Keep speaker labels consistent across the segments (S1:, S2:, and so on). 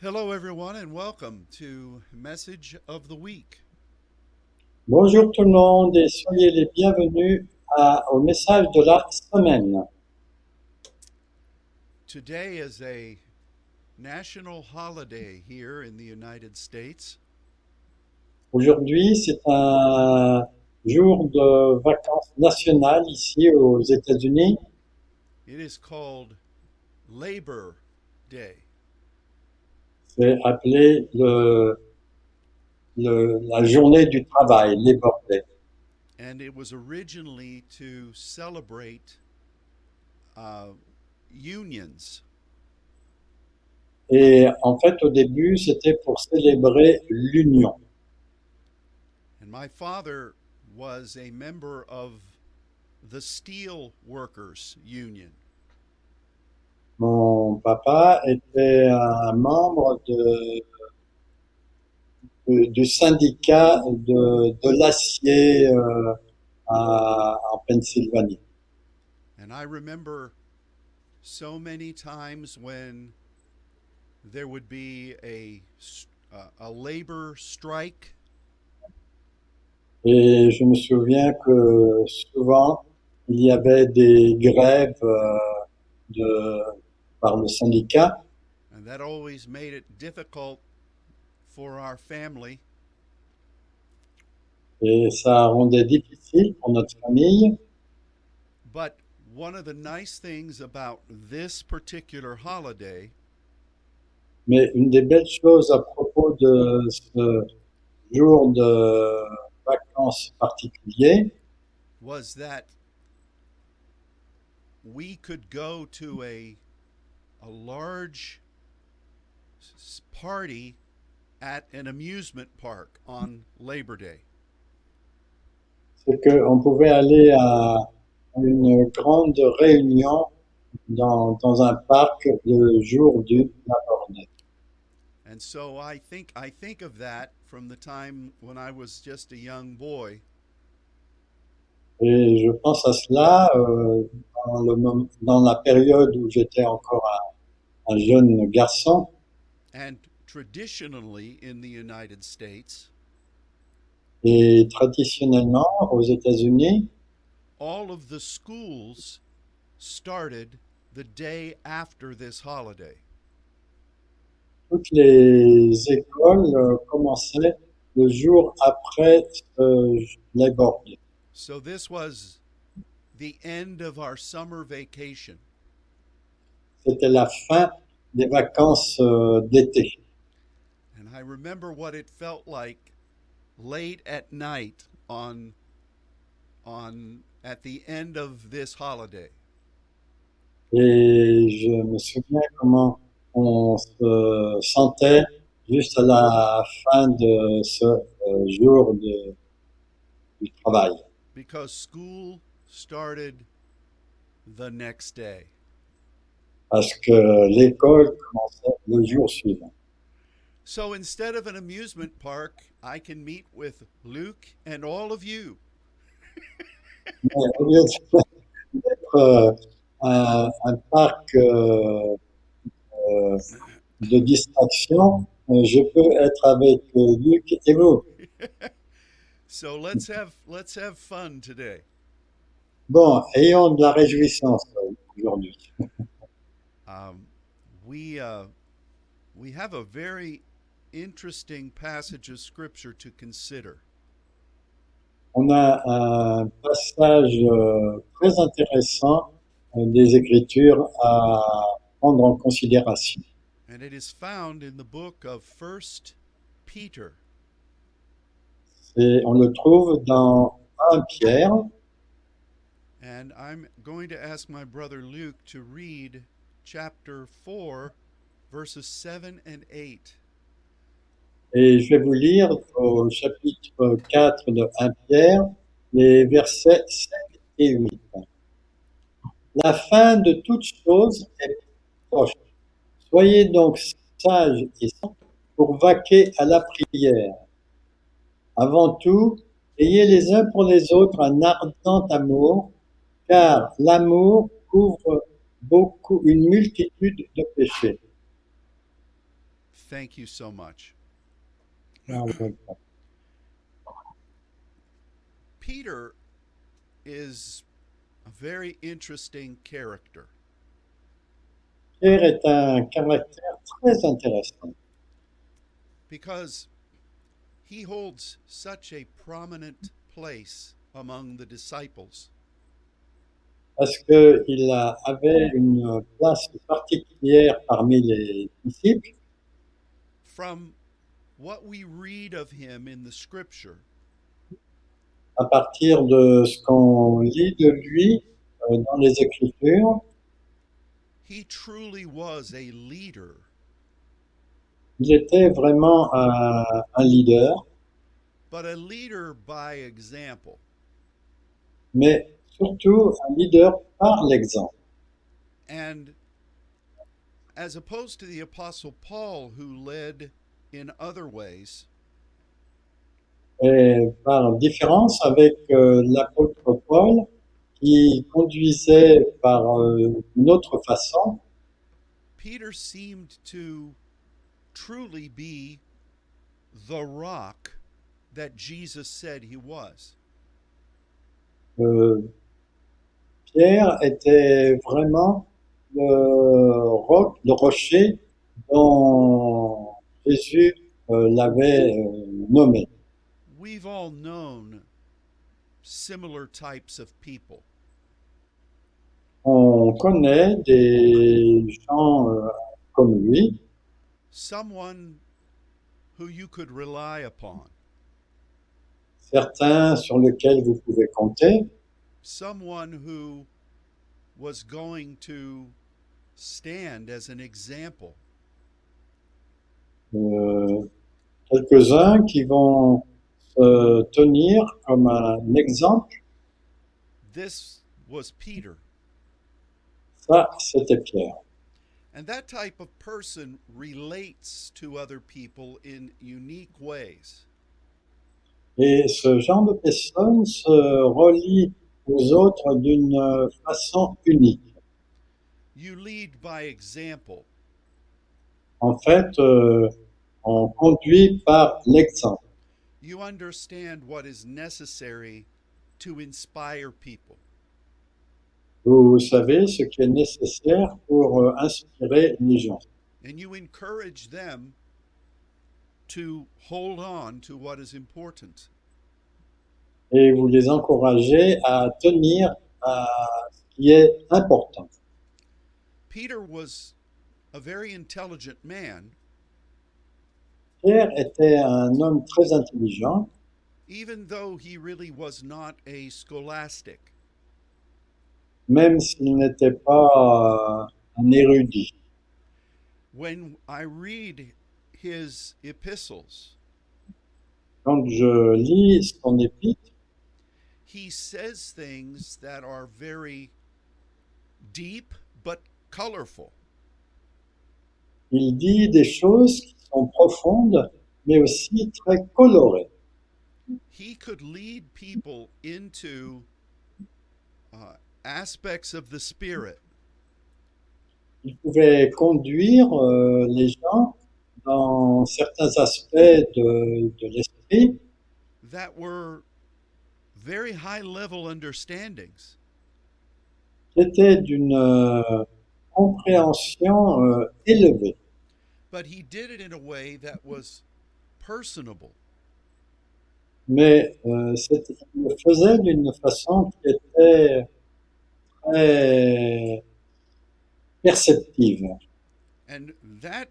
S1: Hello, everyone, and welcome to Message of the Week.
S2: Bonjour tout le monde et soyez les bienvenus à- au message de la semaine.
S1: Today is a national holiday here in the United States.
S2: Aujourd'hui, c'est un jour de vacances nationales ici aux États-Unis.
S1: It is called Labor Day.
S2: C'est appelé le, le- la journée du travail, les Day.
S1: and it was originally to celebrate uh, unions.
S2: Et en fait, au début, c'était pour célébrer l'union.
S1: And my father was a member of the Steel Workers Union.
S2: Mon papa était un membre de, de- du syndicat de, de l'acier euh, à- en Pennsylvanie.
S1: And I remember so many times when there would be a, s- uh, a labor strike,
S2: Et je me souviens que souvent, il y avait des grèves euh, de, par le syndicat
S1: and that always made it difficult for our family.
S2: et ça rendait difficile pour notre famille.
S1: But one of the nice things about this particular holiday
S2: Mais une des belles choses à propos de ce jour de vacances particulier,
S1: was that we could go to a a large s- party at an amusement park on Labor Day.
S2: c'est qu'on pouvait aller à une grande réunion dans, dans un parc le jour du Labor Day.
S1: And so I think I think of that from the time when I was just a young boy
S2: Et je pense à cela euh, dans, le mom- dans la période où j'étais encore un, un jeune garçon.
S1: and traditionally in the United States
S2: Et traditionnellement, aux États-Unis,
S1: all of the schools started the day after this holiday.
S2: toutes les écoles euh, commençaient le jour après euh, ce Labor Day.
S1: So this was the end of our summer vacation.
S2: C'était la fin des vacances euh, d'été.
S1: And I remember what it felt like late at night on on at the end of this holiday.
S2: Et je me souviens comment on se sentait juste à la fin de ce euh, jour de- du travail.
S1: Because school started the next day.
S2: Parce que l'école commençait le jour suivant.
S1: So instead of an amusement park, I can meet with Luke and all of you
S2: Mais au lieu de- d'être euh, un, un parc euh, euh, de distraction, euh, je peux être avec euh, Luc et vous.
S1: So let's have let's have fun today.
S2: Bon, ayons de la réjouissance euh, aujourd'hui.
S1: Um, we uh, we have a very interesting passage of scripture to consider.
S2: On a un passage euh, très intéressant euh, des Écritures à prendre en considération.
S1: and it is found in the book of first peter
S2: Et on le trouve dans 1 Pierre,
S1: and i'm going to ask my brother luke to read chapter 4 verses 7 and 8
S2: et je vais vous lire au chapitre 4 de 1 Pierre, les versets 7 et 8. La fin de toute chose est proche. Soyez donc sages et saints pour vaquer à la prière. Avant tout, ayez les uns pour les autres un ardent amour, car l'amour couvre beaucoup, une multitude de péchés.
S1: Thank you so much.
S2: You're welcome.
S1: Peter is a very interesting character.
S2: Pierre est un caractère très intéressant
S1: because he holds such a prominent place among the disciples.
S2: parce qu'il avait une place particulière parmi les disciples.
S1: From what we read of him in the scripture,
S2: À partir de ce qu'on lit de lui euh, dans les Écritures,
S1: he truly was a leader
S2: il était vraiment un, un leader,
S1: but a leader by example.
S2: mais surtout un leader par l'exemple.
S1: And as opposed to the Apostle Paul, who led in other ways,
S2: Et par différence avec euh, l'apôtre Paul, qui conduisait par euh, une autre façon,
S1: Peter seemed to truly be the rock that Jesus said he was.
S2: euh, Pierre était vraiment le, roc, le rocher dont Jésus euh, l'avait euh, nommé.
S1: We've all known similar types of people.
S2: On connaît des gens euh, comme lui,
S1: Someone who you could rely upon,
S2: certains sur lesquels vous pouvez compter,
S1: someone who was going to stand as an example.
S2: euh, quelques-uns qui vont se tenir comme un exemple.
S1: This was Peter.
S2: Ça, c'était Pierre.
S1: And that type of person relates to other people in unique ways.
S2: Et ce genre de personnes se relie aux autres d'une façon unique.
S1: You lead by example.
S2: En fait, euh, on conduit par l'exemple.
S1: You understand what is necessary to inspire people.
S2: Vous savez ce qui est nécessaire pour euh, inspirer les gens.
S1: And you encourage them to hold on to what is important.
S2: Et vous les encouragez à tenir à ce qui est important.
S1: Peter was a very intelligent man,
S2: Pierre était un homme très intelligent,
S1: even though he really was not a scholastic.
S2: même s'il n'était pas euh, un érudit.
S1: When I read his epistles,
S2: Quand je lis son épître,
S1: he says things that are very deep but colorful.
S2: Il dit des choses qui sont profondes, mais aussi très colorées.
S1: He could lead people into uh, aspects of the spirit
S2: Il pouvait conduire euh, les gens dans certains aspects de, de l'esprit
S1: that were very high level understandings,
S2: qui étaient d'une euh, compréhension euh, élevée.
S1: but he did it in a way that was personable.
S2: Mais euh, c'était- il le faisait d'une façon qui était très perceptive.
S1: And that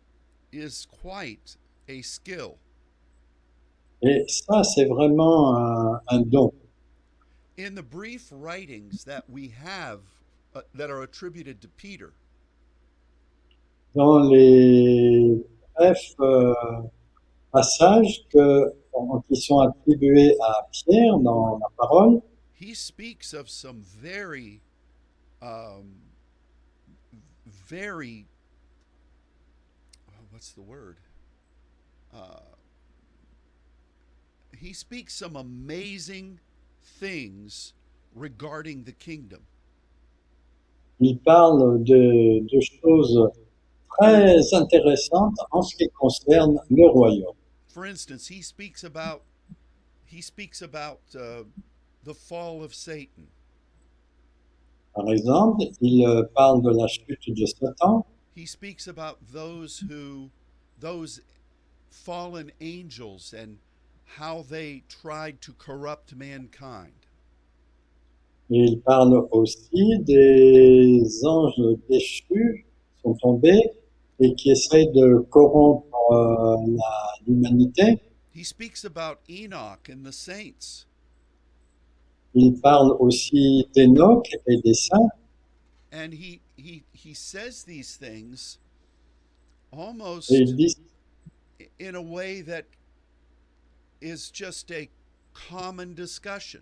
S1: is quite a skill.
S2: Et ça, c'est vraiment un- un don.
S1: In the brief writings that we have uh, that are attributed to Peter,
S2: dans les brefs euh, passages que- qui sont attribués à Pierre dans la parole,
S1: he speaks of some very um, very oh, what's the word uh, he speaks some amazing things regarding the kingdom
S2: il parle de, de choses très intéressante en ce qui concerne le royaume.
S1: For instance, he speaks about he speaks about uh, the fall of Satan.
S2: Par exemple, il euh, parle de la chute de Satan,
S1: He speaks about those who those fallen angels and how they tried to corrupt mankind.
S2: et il parle aussi des anges déchus qui sont tombés et qui essayent de corrompre euh, la- l'humanité.
S1: He speaks about Enoch and the saints
S2: Il parle aussi d'Enoch et des saints.
S1: and he he he says these things almost
S2: Et il dit
S1: in a way that is just a common discussion.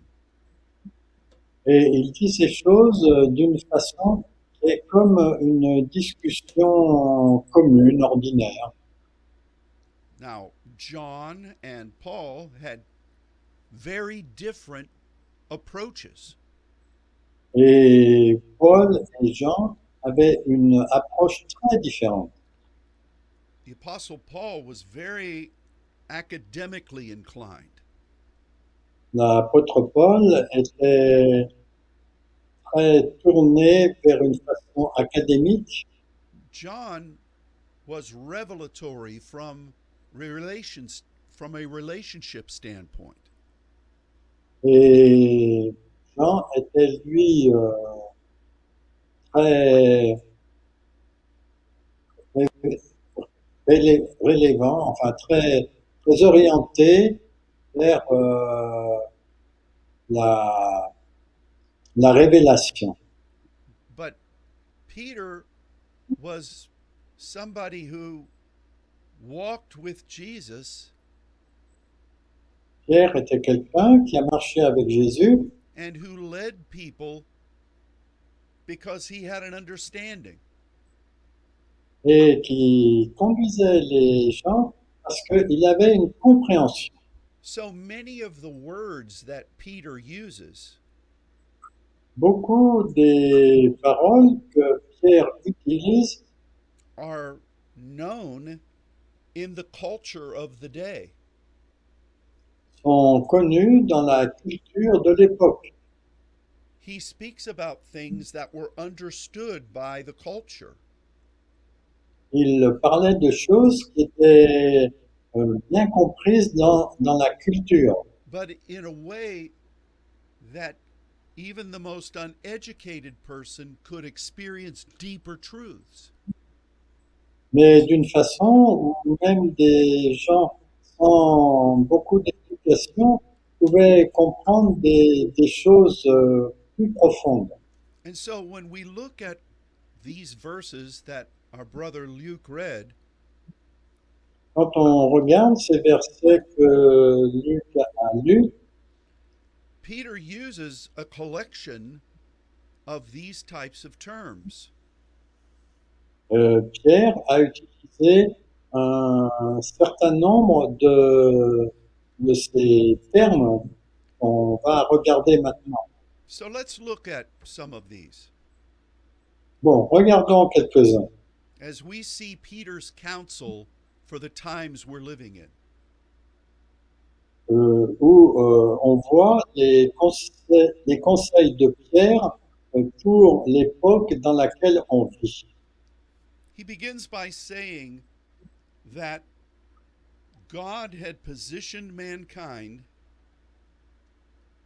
S2: Et il dit ces choses euh, d'une façon qui est comme euh, une discussion commune, ordinaire.
S1: Now, John and Paul had very different approaches.
S2: Et Paul et Jean avaient une approche très différente.
S1: The Apostle Paul was very academically inclined.
S2: L'apôtre Paul était très tourné vers une façon académique
S1: John was revelatory from relations from a relationship standpoint.
S2: et Jean était lui euh, très ré- rélé- relevant, enfin très, très orienté vers euh, la, la révélation.
S1: But Peter was somebody who walked with Jesus
S2: Pierre était quelqu'un qui a marché avec Jésus
S1: and who led people because he had an understanding.
S2: et qui conduisait les gens parce qu'il avait une compréhension.
S1: So many of the words that Peter uses
S2: Beaucoup des paroles que Pierre utilise
S1: are known in the culture of the day.
S2: sont connues dans la culture de l'époque.
S1: He speaks about things that were understood by the culture.
S2: Il parlait de choses qui étaient euh, bien comprises dans, dans la culture,
S1: but in a way that even the most uneducated person could experience deeper truths.
S2: mais d'une façon où même des gens sans beaucoup d'éducation pouvaient comprendre des, des choses euh, plus profondes.
S1: And so when we look at these verses that our brother Luke read,
S2: Quand on regarde ces versets que Luc a lus,
S1: Peter uses a collection of these types of terms.
S2: euh, Pierre a utilisé un certain nombre de, de ces termes qu'on va regarder maintenant.
S1: So let's look at some of these.
S2: Bon, regardons quelques-uns.
S1: As we see Peter's counsel for the times we're living in,
S2: euh, où euh, on voit les conseils, les conseils de Pierre euh, pour l'époque dans laquelle on vit.
S1: he begins by saying that God had positioned mankind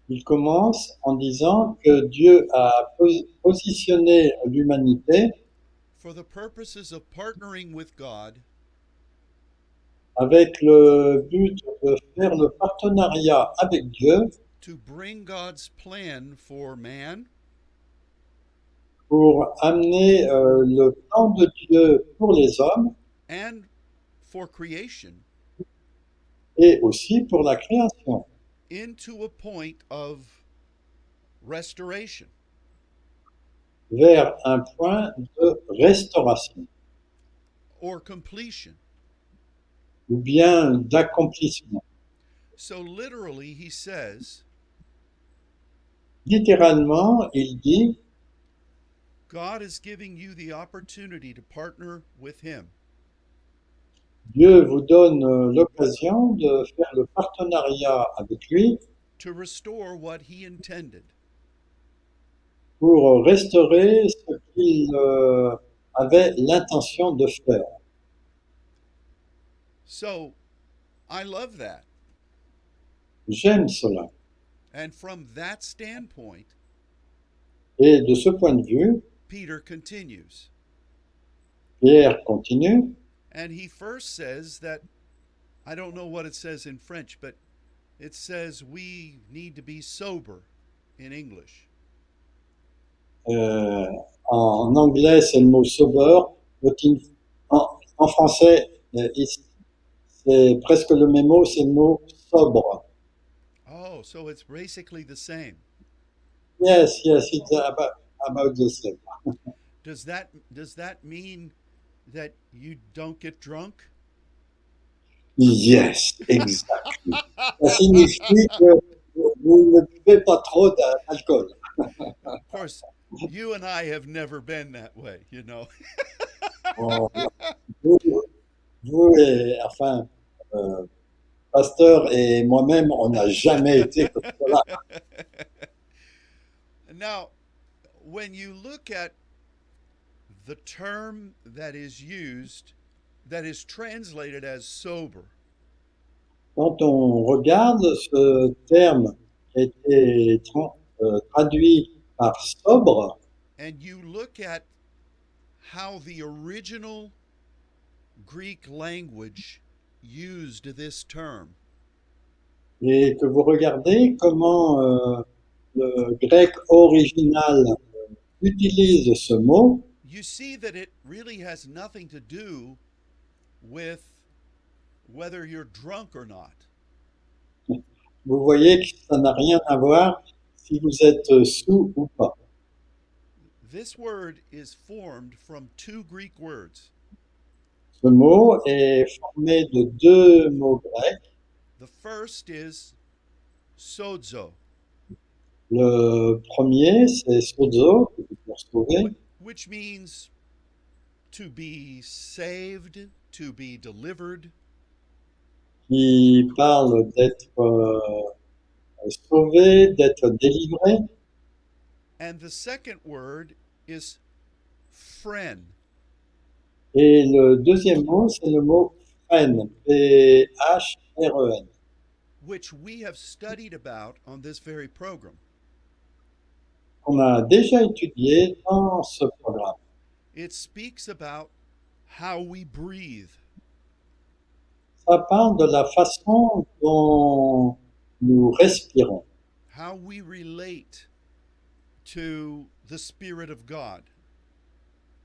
S2: Il commence en disant que Dieu a pos- positionné l'humanité
S1: for the purposes of partnering with God
S2: avec le but de faire le partenariat avec Dieu
S1: to bring God's plan for man
S2: pour amener euh, le plan de Dieu pour les hommes
S1: and for creation
S2: et aussi pour la création
S1: into a point of restoration.
S2: vers un point de restauration
S1: or completion.
S2: ou bien d'accomplissement.
S1: So literally, he says
S2: Littéralement, il dit
S1: God is giving you the opportunity to partner with Him.
S2: Dieu vous donne euh, l'occasion de faire le partenariat avec lui
S1: to restore what he intended.
S2: pour restaurer ce qu'il euh, avait l'intention de faire.
S1: So I love that.
S2: J'aime cela.
S1: And from that standpoint,
S2: Et de ce point de vue,
S1: Peter continues.
S2: Pierre continue.
S1: And he first says that I don't know what it says in French, but it says we need to be sober in English.
S2: Euh, en anglais, c'est le mot sober. Le tin- En, en français, euh, ici, c'est presque le même mot, c'est le mot sobre.
S1: Oh, so it's basically the same.
S2: Yes, yes, it's about, about the same.
S1: Does that does that mean that you don't get drunk?
S2: Yes, exactly. Ça signifie que vous ne buvez pas trop d'alcool.
S1: Of course, you and I have never been that way, you know.
S2: Bon, vous, vous et, enfin, euh, pasteur et moi-même, on n'a jamais été comme cela.
S1: Now, when you look at the term that is used, that is translated as sober,
S2: Quand on regarde ce terme qui a été tra- euh, traduit par sobre,
S1: and you look at how the original Greek language used this term,
S2: et que vous regardez comment euh, le grec original euh, utilise ce mot,
S1: you see that it really has nothing to do with whether you're drunk or not.
S2: vous voyez que ça n'a rien à voir si vous êtes sous ou pas.
S1: This word is formed from two Greek words.
S2: Ce mot est formé de deux mots grecs.
S1: The first is sozo,
S2: Le premier, c'est sozo, qui veut dire sauver,
S1: which means to be saved, to be delivered.
S2: qui parle d'être euh, sauvé, d'être délivré.
S1: And the second word is friend,
S2: Et le deuxième mot, c'est le mot phren, P-H-R-E-N,
S1: which we have studied about on this very program.
S2: qu'on a déjà étudié dans ce programme.
S1: It speaks about how we breathe.
S2: Ça parle de la façon dont nous respirons,
S1: how we relate to the Spirit of God.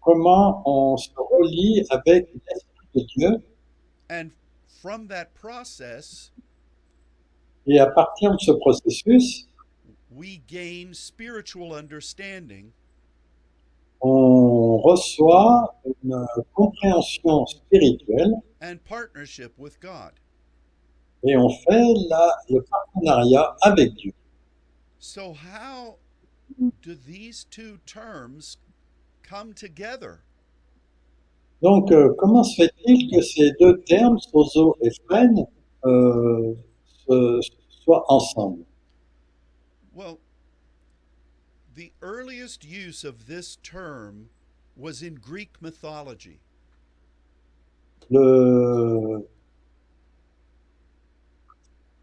S2: comment on se relie avec l'Esprit de Dieu
S1: And from that process,
S2: Et à partir de ce processus,
S1: we gain spiritual understanding
S2: on reçoit une compréhension spirituelle
S1: and partnership with God.
S2: et on fait la- le partenariat avec Dieu.
S1: So, how do these two terms come together?
S2: Donc, euh, comment se fait-il que ces deux termes, sozo et freine, euh, se- soient ensemble
S1: Well, the earliest use of this term was in Greek mythology.
S2: Le-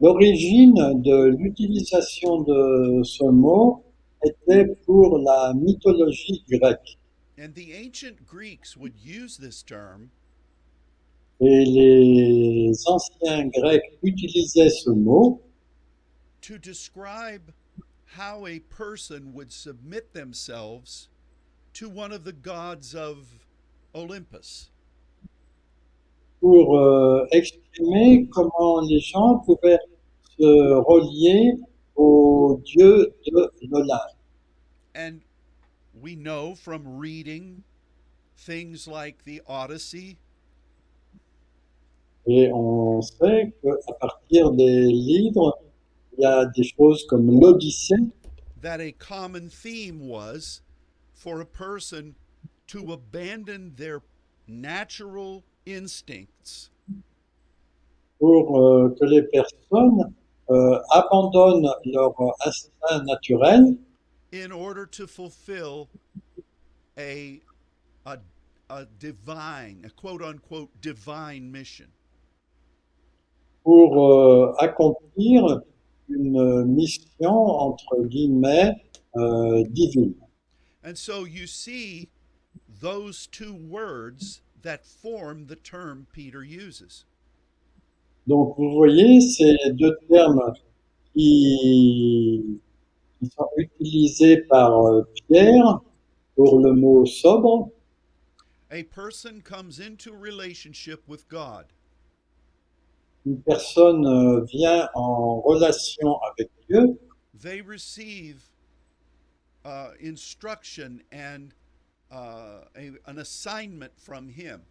S2: L'origine de l'utilisation de ce mot était pour la mythologie grecque.
S1: And the ancient Greeks would use this term
S2: Et les anciens Grecs utilisaient ce mot
S1: to describe how a person would submit themselves to one of the gods of Olympus.
S2: pour euh, exprimer comment les gens pouvaient se relier au dieu de l'Olympe.
S1: And we know from reading things like the Odyssey
S2: Et on sait qu'à partir des livres, il y a des choses comme l'Odyssée,
S1: that a common theme was for a person to abandon their natural instincts
S2: pour euh, que les personnes euh, abandonnent leur instinct naturel
S1: in order to fulfill a, a, a divine, a quote unquote divine mission.
S2: pour euh, accomplir une mission entre guillemets euh, divine.
S1: And so you see those two words that form the term Peter uses.
S2: Donc vous voyez ces deux termes qui, qui sont utilisés par euh, Pierre pour le mot sobre.
S1: A person comes into relationship with God.
S2: Une personne euh, vient en relation avec Dieu,
S1: They receive uh, instruction and uh, a, an assignment from Him.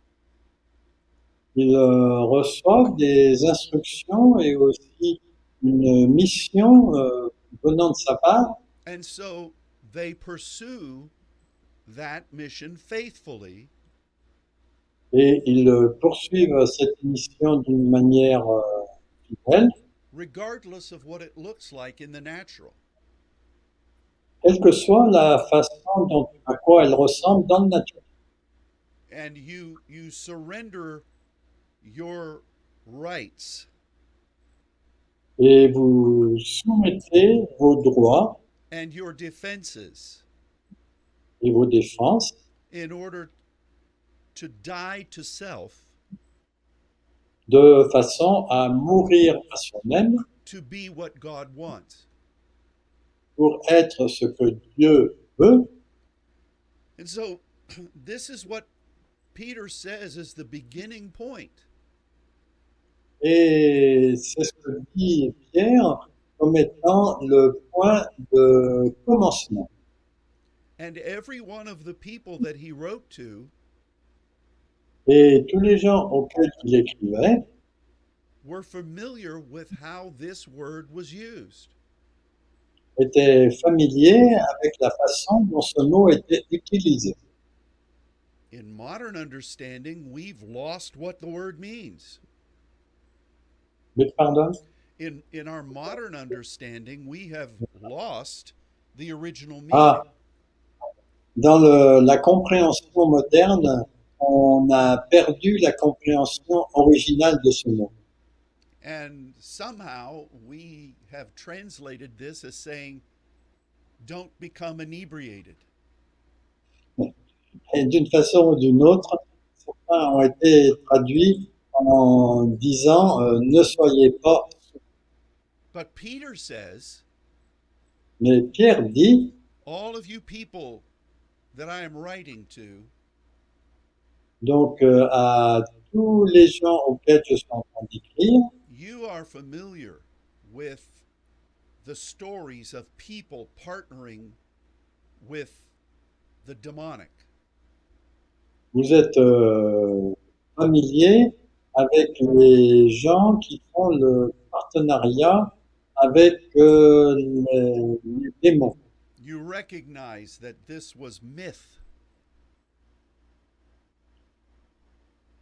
S2: ils euh, reçoivent des instructions et aussi une mission euh, venant de sa part.
S1: And so they pursue that mission faithfully
S2: et ils euh, poursuivent cette mission d'une manière euh, fidèle,
S1: regardless of what it looks like in the natural.
S2: quelle que soit la façon dont, à quoi elle ressemble dans le naturel.
S1: And you you surrender your rights
S2: Et vous soumettez vos droits
S1: and your defenses
S2: et vos défenses
S1: in order to die to self
S2: de façon à mourir à soi-même
S1: to be what God wants.
S2: pour être ce que Dieu veut.
S1: And so this is what Peter says is the beginning point.
S2: Et c'est ce que dit Pierre comme étant le point de commencement.
S1: And every one of the people that he wrote to
S2: Et tous les gens auxquels il écrivait
S1: were familiar with how this word was used.
S2: était familier avec la façon dont ce mot était utilisé.
S1: In modern understanding, we've lost what the word means.
S2: Mais pardon
S1: In in our modern understanding, we have lost the original meaning.
S2: Ah. Dans le- la compréhension moderne, on a perdu la compréhension originale de ce mot.
S1: And somehow we have translated this as saying, don't become inebriated.
S2: Et d'une façon ou d'une autre, certains ont été traduits en disant euh, ne soyez pas.
S1: But Peter says,
S2: Mais Pierre dit
S1: all of you people that I am writing to,
S2: donc euh, à tous les gens auxquels je suis en train d'écrire,
S1: you are familiar with the stories of people partnering with the demonic.
S2: vous êtes euh, familier avec les gens qui font le partenariat avec euh, les, les démons.
S1: You recognize that this was myth.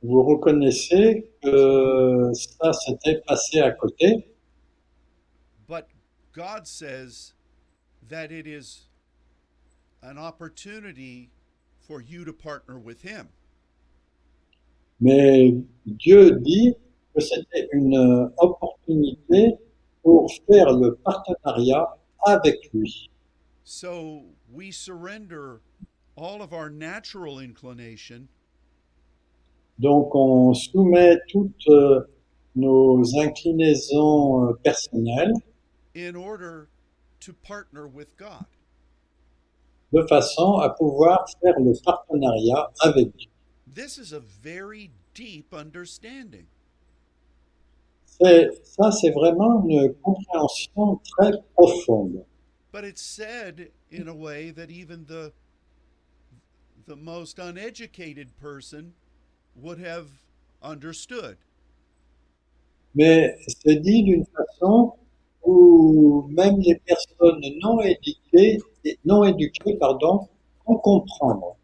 S2: Vous reconnaissez que ça s'était passé à côté,
S1: But God says that it is an opportunity for you to partner with Him.
S2: mais Dieu dit que c'était une opportunité pour faire le partenariat avec lui.
S1: So we surrender all of our natural inclination
S2: Donc on soumet toutes euh, nos inclinaisons euh, personnelles
S1: in order to partner with God.
S2: de façon à pouvoir faire le partenariat avec Dieu.
S1: This is a very deep understanding.
S2: C'est, ça, c'est vraiment une compréhension très profonde.
S1: But it's said in a way that even the the most uneducated person would have understood.
S2: Mais c'est dit d'une façon où même les personnes non éduquées, non éduquées pardon, en comprendre.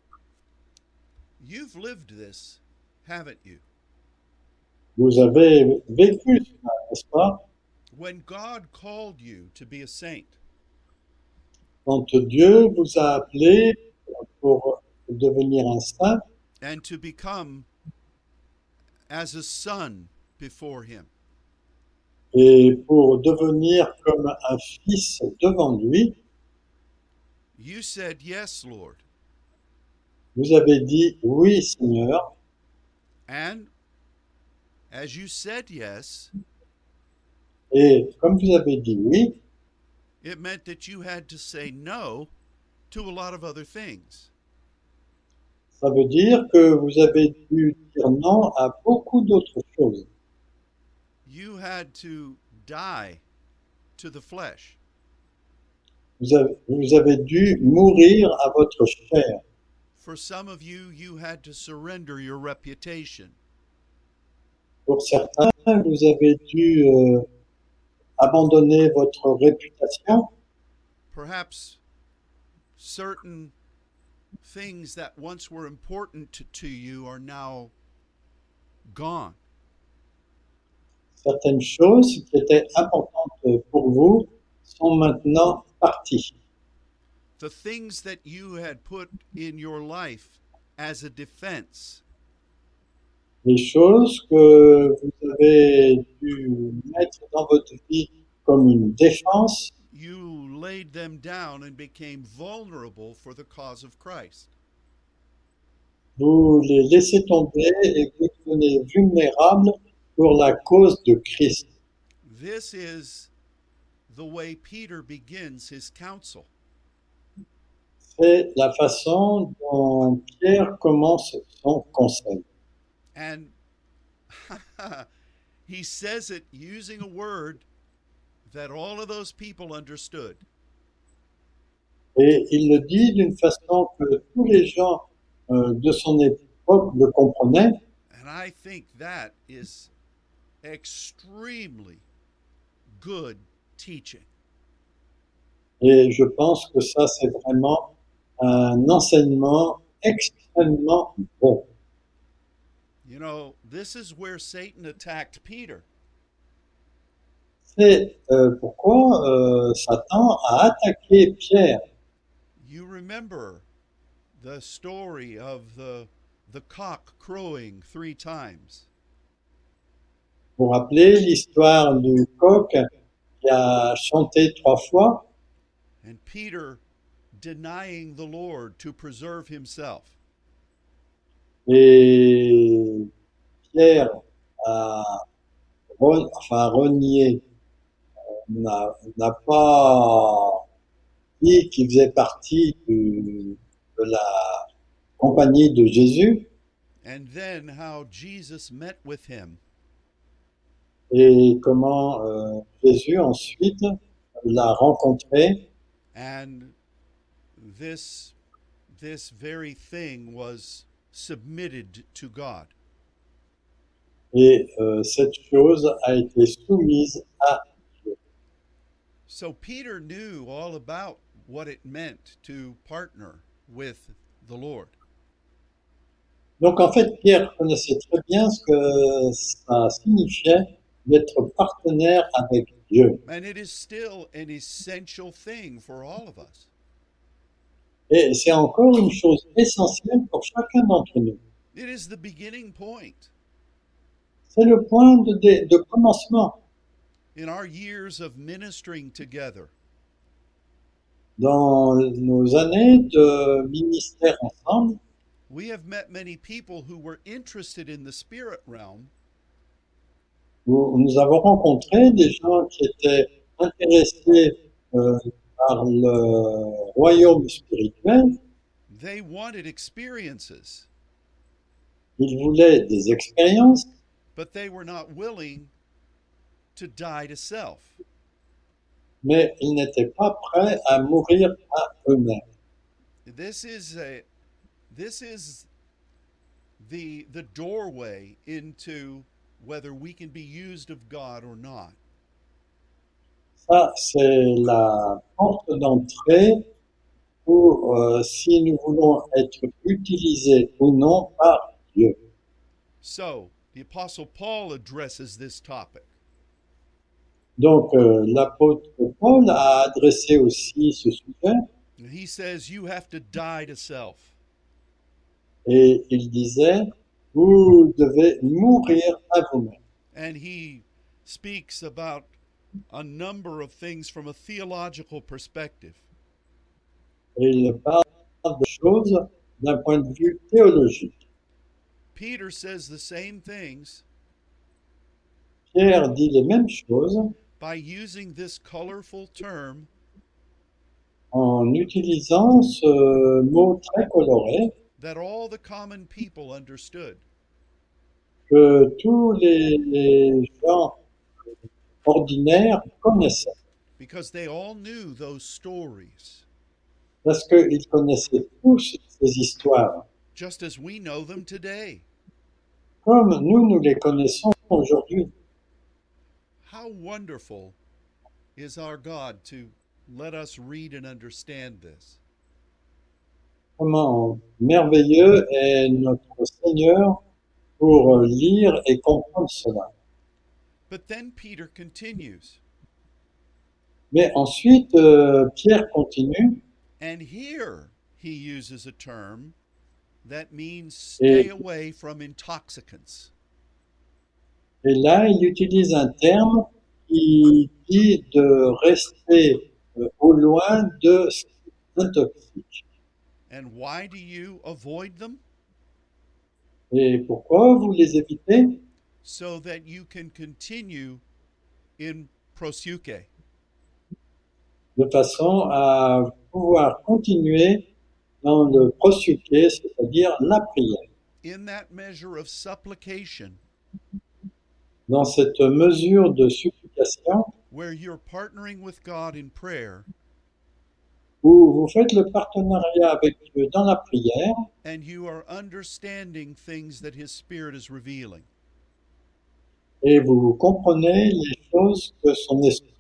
S1: You've lived this, haven't you?
S2: Vous avez vécu cela, n'est-ce pas
S1: When God called you to be a saint,
S2: Quand Dieu vous a appelé pour devenir un saint
S1: and to become as a son before him.
S2: et pour devenir comme un fils devant lui,
S1: You said, Yes, Lord.
S2: vous avez dit oui Seigneur,
S1: And as you said yes,
S2: et comme vous avez dit oui,
S1: it meant that you had to say no to a lot of other things.
S2: ça veut dire que vous avez dû dire non à beaucoup d'autres choses.
S1: You had to die to the flesh.
S2: Vous avez, vous avez dû mourir à votre chair.
S1: For some of you, you had to surrender your reputation.
S2: Pour certains, vous avez dû euh, abandonner votre réputation,
S1: Perhaps certain things that once were important to, to you are now gone.
S2: certaines choses qui étaient importantes pour vous sont maintenant parties.
S1: The things that you had put in your life as a defense
S2: les choses que vous avez dû mettre dans votre vie comme une défense,
S1: you laid them down and became vulnerable for the cause of Christ.
S2: vous les laissez tomber et vous devenez vulnérable pour la cause de Christ.
S1: This is the way Peter begins his counsel.
S2: C'est la façon dont Pierre commence son conseil.
S1: And he says it using a word that all of those people understood.
S2: Et il le dit d'une façon que tous les gens euh, de son époque le comprenaient.
S1: And I think that is extremely good teaching.
S2: Et je pense que ça, c'est vraiment un enseignement extrêmement bon.
S1: You know, this is where Satan attacked Peter.
S2: C'est euh, pourquoi euh, Satan a attaqué Pierre.
S1: You remember the story of the the cock crowing 3 times.
S2: Vous vous rappelez l'histoire du coq qui a chanté trois fois
S1: and Peter denying the Lord to preserve himself.
S2: et Pierre a, re- enfin, renié, euh, n'a n'a pas dit qu'il faisait partie du- de la compagnie de Jésus
S1: And then how Jesus met with him
S2: et comment euh, Jésus ensuite l'a rencontré.
S1: and this this very thing was submitted to God.
S2: Et euh, cette chose a été soumise à.
S1: So Peter knew all about what it meant to partner with the Lord.
S2: Donc en fait, Pierre connaissait très bien ce que ça signifiait d'être partenaire avec Dieu.
S1: And it is still an essential thing for all of us.
S2: Et c'est encore une chose essentielle pour chacun d'entre nous.
S1: It is the beginning point
S2: C'est le point de, dé- de commencement
S1: in our years of ministering together.
S2: dans nos années de ministère ensemble.
S1: We have met many people who were interested in the spirit realm,
S2: Nous, nous avons rencontré des gens qui étaient intéressés euh, par le royaume spirituel.
S1: they wanted experiences,
S2: Ils voulaient des expériences,
S1: but they were not willing to die to self.
S2: mais ils n'étaient pas prêts à mourir à eux-mêmes.
S1: This is a this is the the doorway into whether we can be used of God or not.
S2: Ça, c'est la porte d'entrée pour euh, si nous voulons être utilisés ou non par Dieu.
S1: So, the Apostle Paul addresses this topic.
S2: Donc euh, l'apôtre Paul a adressé aussi ce sujet
S1: And he says, You have to die to self.
S2: et il disait, vous devez mourir à vous-même.
S1: And he speaks about a number of things from a theological perspective.
S2: Et il parle de choses d'un point de vue théologique.
S1: Peter says the same things
S2: Pierre dit les mêmes choses
S1: by using this colorful term,
S2: en utilisant ce mot très coloré
S1: that all the common people understood.
S2: que tous les, les gens ordinaires connaissaient,
S1: because they all knew those stories,
S2: parce qu'ils connaissaient tous ces histoires,
S1: just as we know them today.
S2: comme nous, nous les connaissons aujourd'hui.
S1: How wonderful is our God to let us read and understand this?
S2: Comment merveilleux est notre Seigneur pour lire et comprendre cela.
S1: But then Peter continues,
S2: Mais ensuite, euh, Pierre continue,
S1: and here he uses a term that means stay
S2: Yeah.
S1: away from intoxicants.
S2: et là, il utilise un terme qui dit de rester euh, au loin de ce qui est intoxique.
S1: And why do you avoid them?
S2: Et pourquoi vous les évitez
S1: So that you can continue in prosuke.
S2: de façon à pouvoir continuer dans le prosuquet, c'est-à-dire la prière.
S1: In that measure of supplication,
S2: Dans cette mesure de supplication
S1: where you're partnering with God in prayer
S2: où vous faites le partenariat avec Dieu dans la prière
S1: and you are understanding things that His Spirit is revealing.
S2: et vous comprenez les choses que son esprit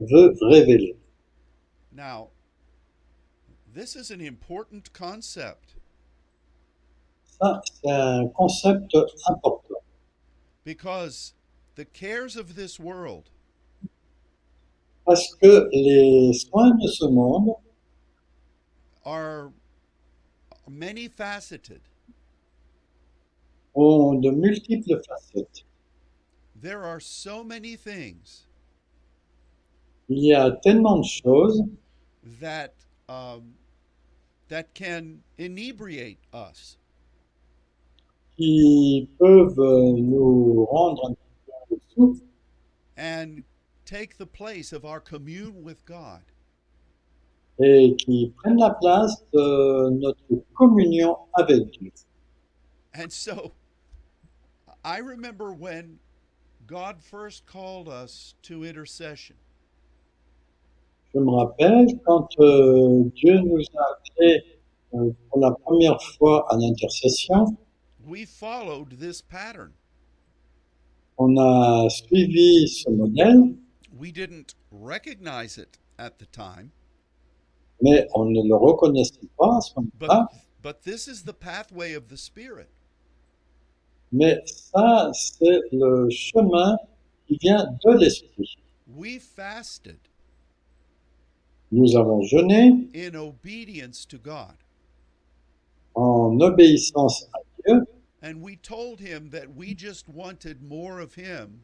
S2: veut révéler.
S1: Now, this is an important concept
S2: Ça, c'est un concept important
S1: because the cares of this world
S2: parce que les soins de ce monde
S1: are many faceted.
S2: ont de multiples facettes.
S1: There are so many things
S2: Il y a tellement de choses
S1: that um, that can inebriate us.
S2: qui peuvent euh, nous rendre un petit peu souffle
S1: And take the place of our commune with God.
S2: et qui prennent la place de notre communion avec Dieu.
S1: And so I remember when God first called us to intercession.
S2: Je me rappelle quand euh, Dieu nous a appelés euh, pour la première fois à l'intercession,
S1: We followed this pattern.
S2: on a suivi ce modèle,
S1: We didn't recognize it at the time,
S2: mais on ne le reconnaissait pas à ce
S1: but
S2: moment-là.
S1: but this is the pathway of the spirit.
S2: Mais ça, c'est le chemin qui vient de l'esprit.
S1: We fasted
S2: Nous avons jeûné
S1: in obedience to God,
S2: en obéissance à Dieu
S1: and we told him that we just wanted more of him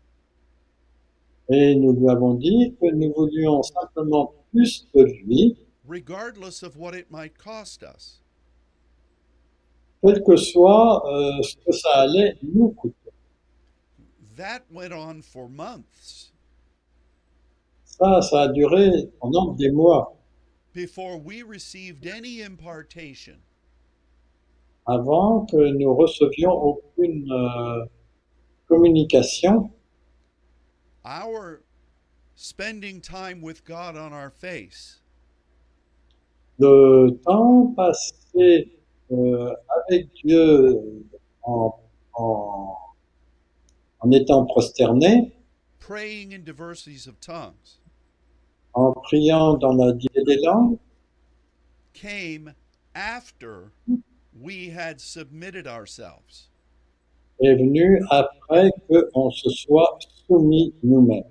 S2: Et nous lui avons dit que nous voulions simplement plus de lui,
S1: regardless of what it might cost us.
S2: quel que soit euh, ce que ça allait nous coûter.
S1: That went on for months
S2: Ça, ça a duré pendant des mois
S1: before we received any impartation
S2: avant que nous recevions aucune euh, communication.
S1: our spending time with God on our face
S2: Le temps passé euh, avec Dieu en, en- en étant prosterné,
S1: praying in diversities of tongues
S2: en priant dans la diversité des langues,
S1: came after we had submitted ourselves.
S2: est venu après qu'on se soit soumis nous-mêmes.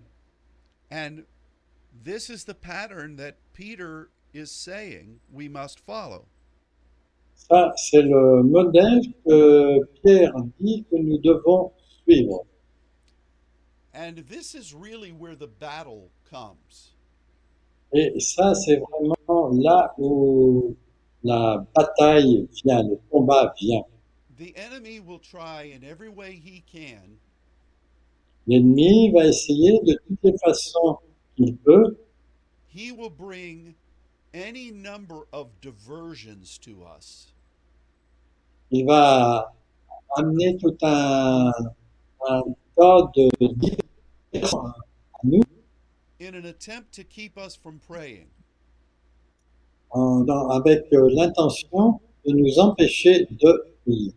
S1: And this is the pattern that Peter is saying we must follow.
S2: Ça, c'est le modèle que Pierre dit que nous devons suivre.
S1: And this is really where the battle comes.
S2: Et ça, c'est vraiment là où la bataille vient, le combat vient.
S1: The enemy will try in every way he can
S2: L'ennemi va essayer de toutes les façons qu'il peut.
S1: he will bring any number of diversions to us.
S2: Il va amener tout un, un tas de diversions à nous
S1: in an attempt to keep us from praying.
S2: en- dans- avec euh, l'intention de nous empêcher de prier.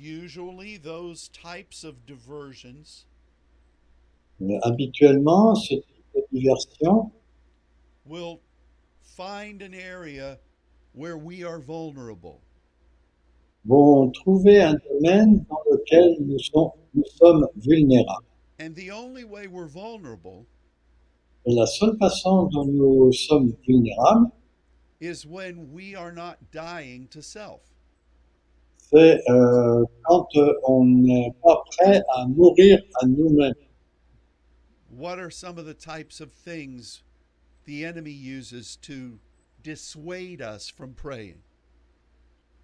S1: Usually, those types of diversions
S2: Mais Euh, habituellement, ce type de diversion
S1: will find an area where we are vulnerable.
S2: vont trouver un domaine dans lequel nous, sont- nous sommes vulnérables.
S1: And the only way we're vulnerable
S2: Et la seule façon dont nous sommes vulnérables,
S1: is when we are not dying to self.
S2: c'est euh, quand euh, on n'est pas prêt à mourir à nous-mêmes.
S1: What are some of the types of things the enemy uses to dissuade us from praying?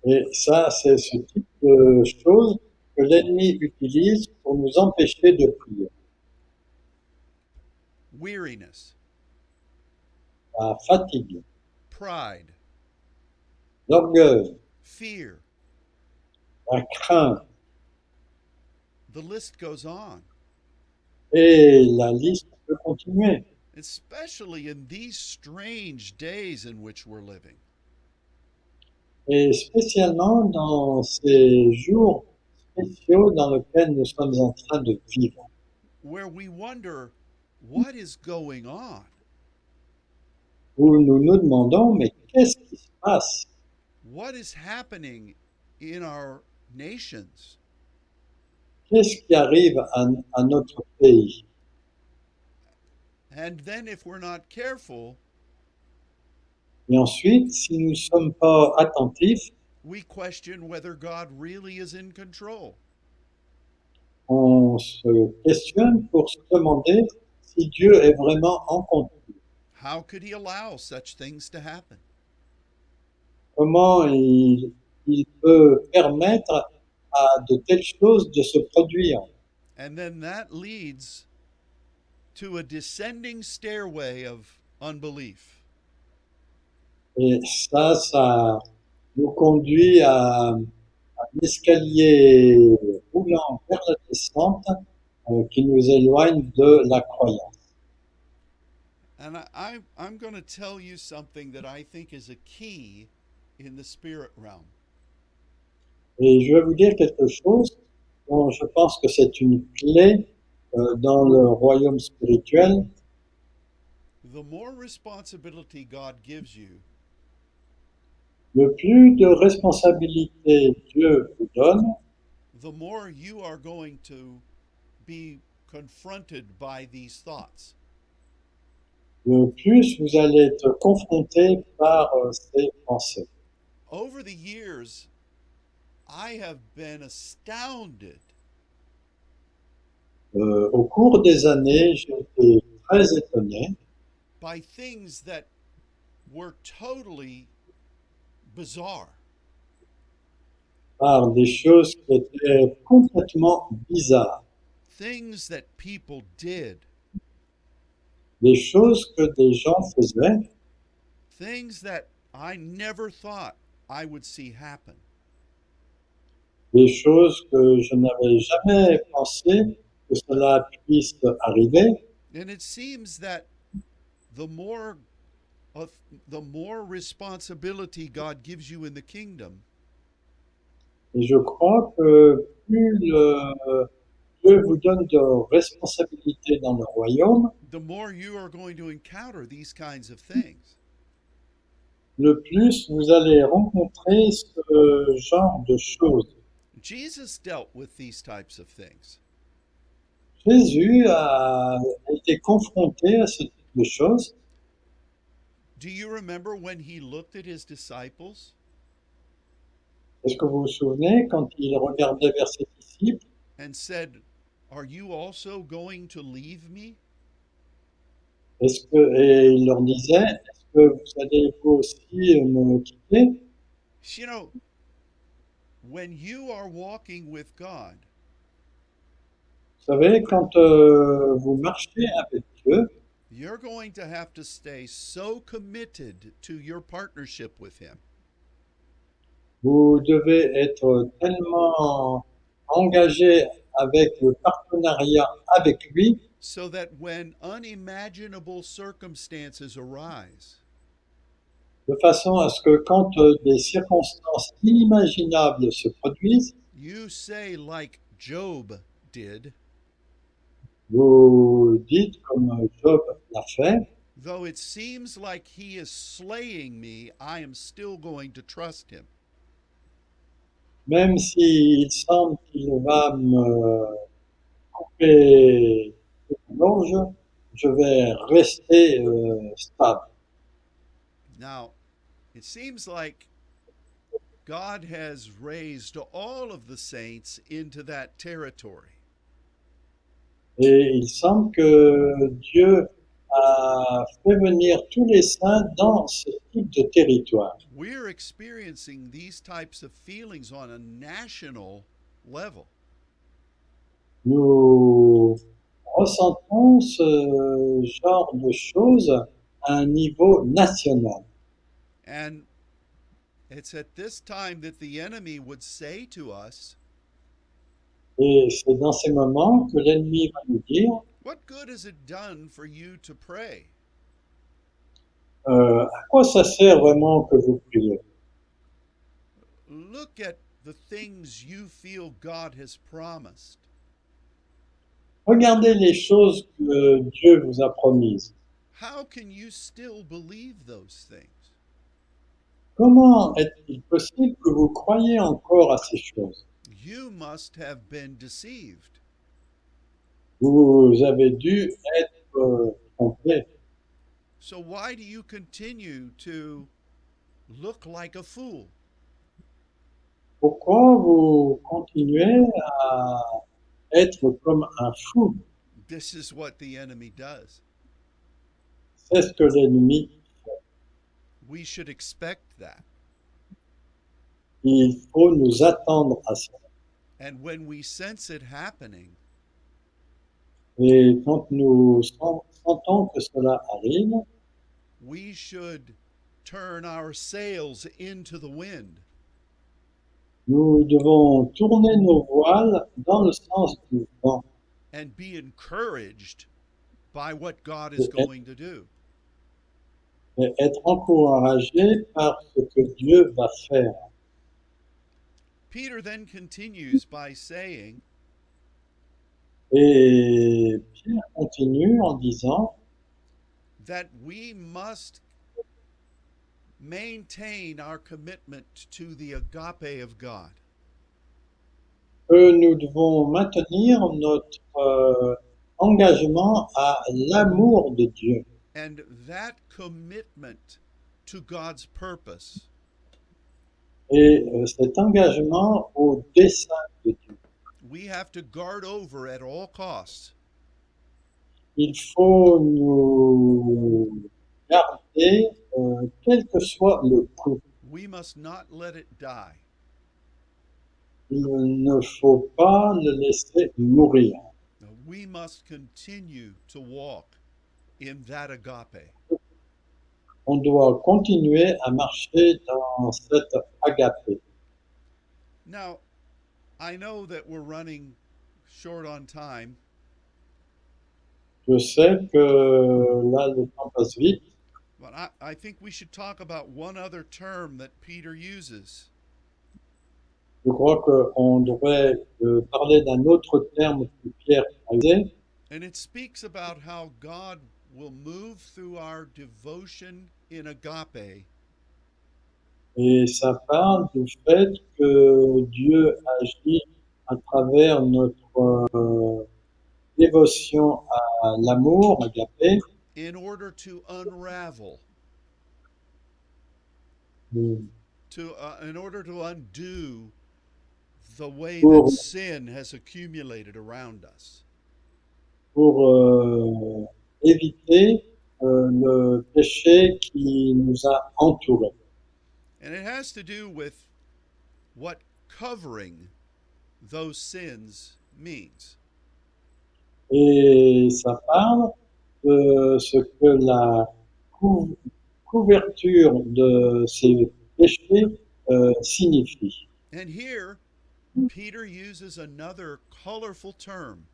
S2: Et ça, c'est ce type de choses que l'ennemi utilise pour nous empêcher de prier.
S1: Weariness,
S2: La fatigue,
S1: pride,
S2: l'orgueil,
S1: fear.
S2: la crainte,
S1: The list goes on.
S2: et la liste peut continuer.
S1: especially in these strange days in which we're living.
S2: Et spécialement dans ces jours spéciaux dans lesquels nous sommes en train de vivre,
S1: Where we wonder, what is going on?
S2: où nous nous demandons, mais qu'est-ce qui se passe
S1: What is happening in our nations?
S2: Qu'est-ce qui arrive à, à notre pays
S1: And then, if we're not careful,
S2: Et ensuite, si nous ne sommes pas attentifs,
S1: we question whether God really is in control.
S2: on se questionne pour se demander si Dieu est vraiment en contrôle.
S1: How could He allow such things to happen?
S2: Comment il, il peut permettre à de telles choses de se produire
S1: And then that leads to a descending stairway of unbelief.
S2: Et ça, ça nous conduit à, à un escalier roulant vers la descente euh, qui nous éloigne de la croyance.
S1: And I, I, I'm going to tell you something that I think is a key in the spirit realm.
S2: Et je vais vous dire quelque chose dont je pense que c'est une clé euh, dans le royaume spirituel.
S1: The more responsibility God gives you,
S2: Le plus de responsabilité Dieu vous donne,
S1: the more you are going to be confronted by these thoughts.
S2: le plus vous allez être confronté par euh, ces pensées.
S1: Over the years, I have been astounded
S2: Euh, au cours des années, j'ai été très étonné
S1: by things that were totally bizarre.
S2: par des choses qui étaient complètement bizarres,
S1: Things that people did,
S2: des choses que des gens faisaient,
S1: things that I never thought I would see happen.
S2: des choses que je n'avais jamais pensé que cela puisse arriver.
S1: And it seems that the more of the more responsibility God gives you in the kingdom,
S2: Et je crois que plus le- Dieu vous donne de responsabilités dans le royaume,
S1: the more you are going to encounter these kinds of things.
S2: le plus vous allez rencontrer ce genre de choses.
S1: Jesus dealt with these types of things.
S2: Jésus a, a été confronté à ce type de choses.
S1: Do you remember when he looked at his disciples
S2: Est-ce que vous vous souvenez quand il regardait vers ses disciples
S1: and said, Are you also going to leave me?
S2: est-ce que, et il leur disait, est-ce que vous allez vous aussi me quitter
S1: You know, when you are walking with God,
S2: Vous savez, quand euh, vous marchez avec Dieu,
S1: you're going to have to stay so committed to your partnership with Him
S2: vous devez être tellement engagé avec le partenariat avec lui,
S1: so that when unimaginable circumstances arise,
S2: de façon à ce que quand euh, des circonstances inimaginables se produisent,
S1: you say, like Job did,
S2: vous dites, comme Job l'a fait,
S1: though it seems like He is slaying me, I am still going to trust Him.
S2: même s'il semble qu'il va me couper la gorge, je vais rester euh, stable.
S1: Now, it seems like God has raised all of the saints into that territory.
S2: Et il semble que Dieu a fait venir tous les saints dans ce type de territoire.
S1: We're experiencing these types of feelings on a national level.
S2: Nous ressentons ce genre de choses à un niveau national.
S1: And it's at this time that the enemy would say to us,
S2: Et c'est dans ces moments que l'ennemi va nous dire,
S1: What good has it done for you to pray?
S2: euh, à quoi ça sert vraiment que vous priez
S1: Look at the things you feel God has promised.
S2: Regardez les choses que Dieu vous a promises.
S1: How can you still believe those things?
S2: Comment est-il possible que vous croyez encore à ces choses
S1: You must have been deceived.
S2: Vous avez dû être euh, trompé.
S1: So why do you continue to look like a fool?
S2: Pourquoi vous continuez à être comme un fou
S1: This is what the enemy does.
S2: C'est ce que l'ennemi fait.
S1: We should expect that.
S2: Il faut nous attendre à ça.
S1: And when we sense it happening,
S2: Et quand nous sen- sentons que cela arrive,
S1: we should turn our sails into the wind.
S2: nous devons tourner nos voiles dans le sens du vent
S1: and be encouraged by what God is
S2: Yeah.
S1: going to do.
S2: et être encouragés par ce que Dieu va faire.
S1: Peter then continues by saying,
S2: Et Pierre continue en disant
S1: that we must maintain our commitment to the agape of God.
S2: que nous devons maintenir notre euh, engagement à l'amour de Dieu.
S1: And that commitment to God's purpose
S2: Et euh, cet engagement au dessein de Dieu.
S1: we have to guard over at all costs.
S2: Il faut nous garder, euh, quel que soit le coût.
S1: We must not let it die.
S2: Il ne faut pas le laisser mourir.
S1: We must continue to walk in that agape.
S2: On doit continuer à marcher dans cette agapé.
S1: Now, I know that we're running short on time,
S2: Je sais que là, le temps passe vite.
S1: but I, I think we should talk about one other term that Peter uses.
S2: Je crois qu'on devrait euh, parler d'un autre terme que Pierre a usé,
S1: And it speaks about how God will move through our devotion in agape
S2: Et ça parle du fait que Dieu agit à travers notre euh, dévotion à l'amour, agapé,
S1: in order to unravel,
S2: euh,
S1: to uh, in order to undo the way
S2: Pour-
S1: that sin has accumulated around us.
S2: pour euh, éviter euh, le péché qui nous a entourés.
S1: And it has to do with what covering those sins means.
S2: Et ça parle de ce que la cou- couverture de ces péchés euh, signifie.
S1: And here, Peter uses another colorful term.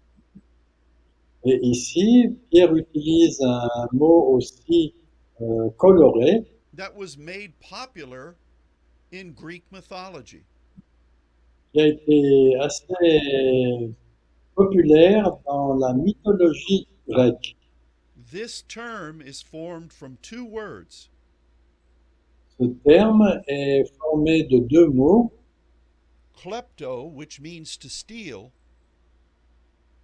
S2: Et ici, Pierre utilise un mot aussi euh, coloré
S1: that was made popular in Greek mythology.
S2: qui a été assez populaire dans la mythologie grecque.
S1: This term is formed from two words
S2: Ce terme est formé de deux mots.
S1: klepto, which means to steal,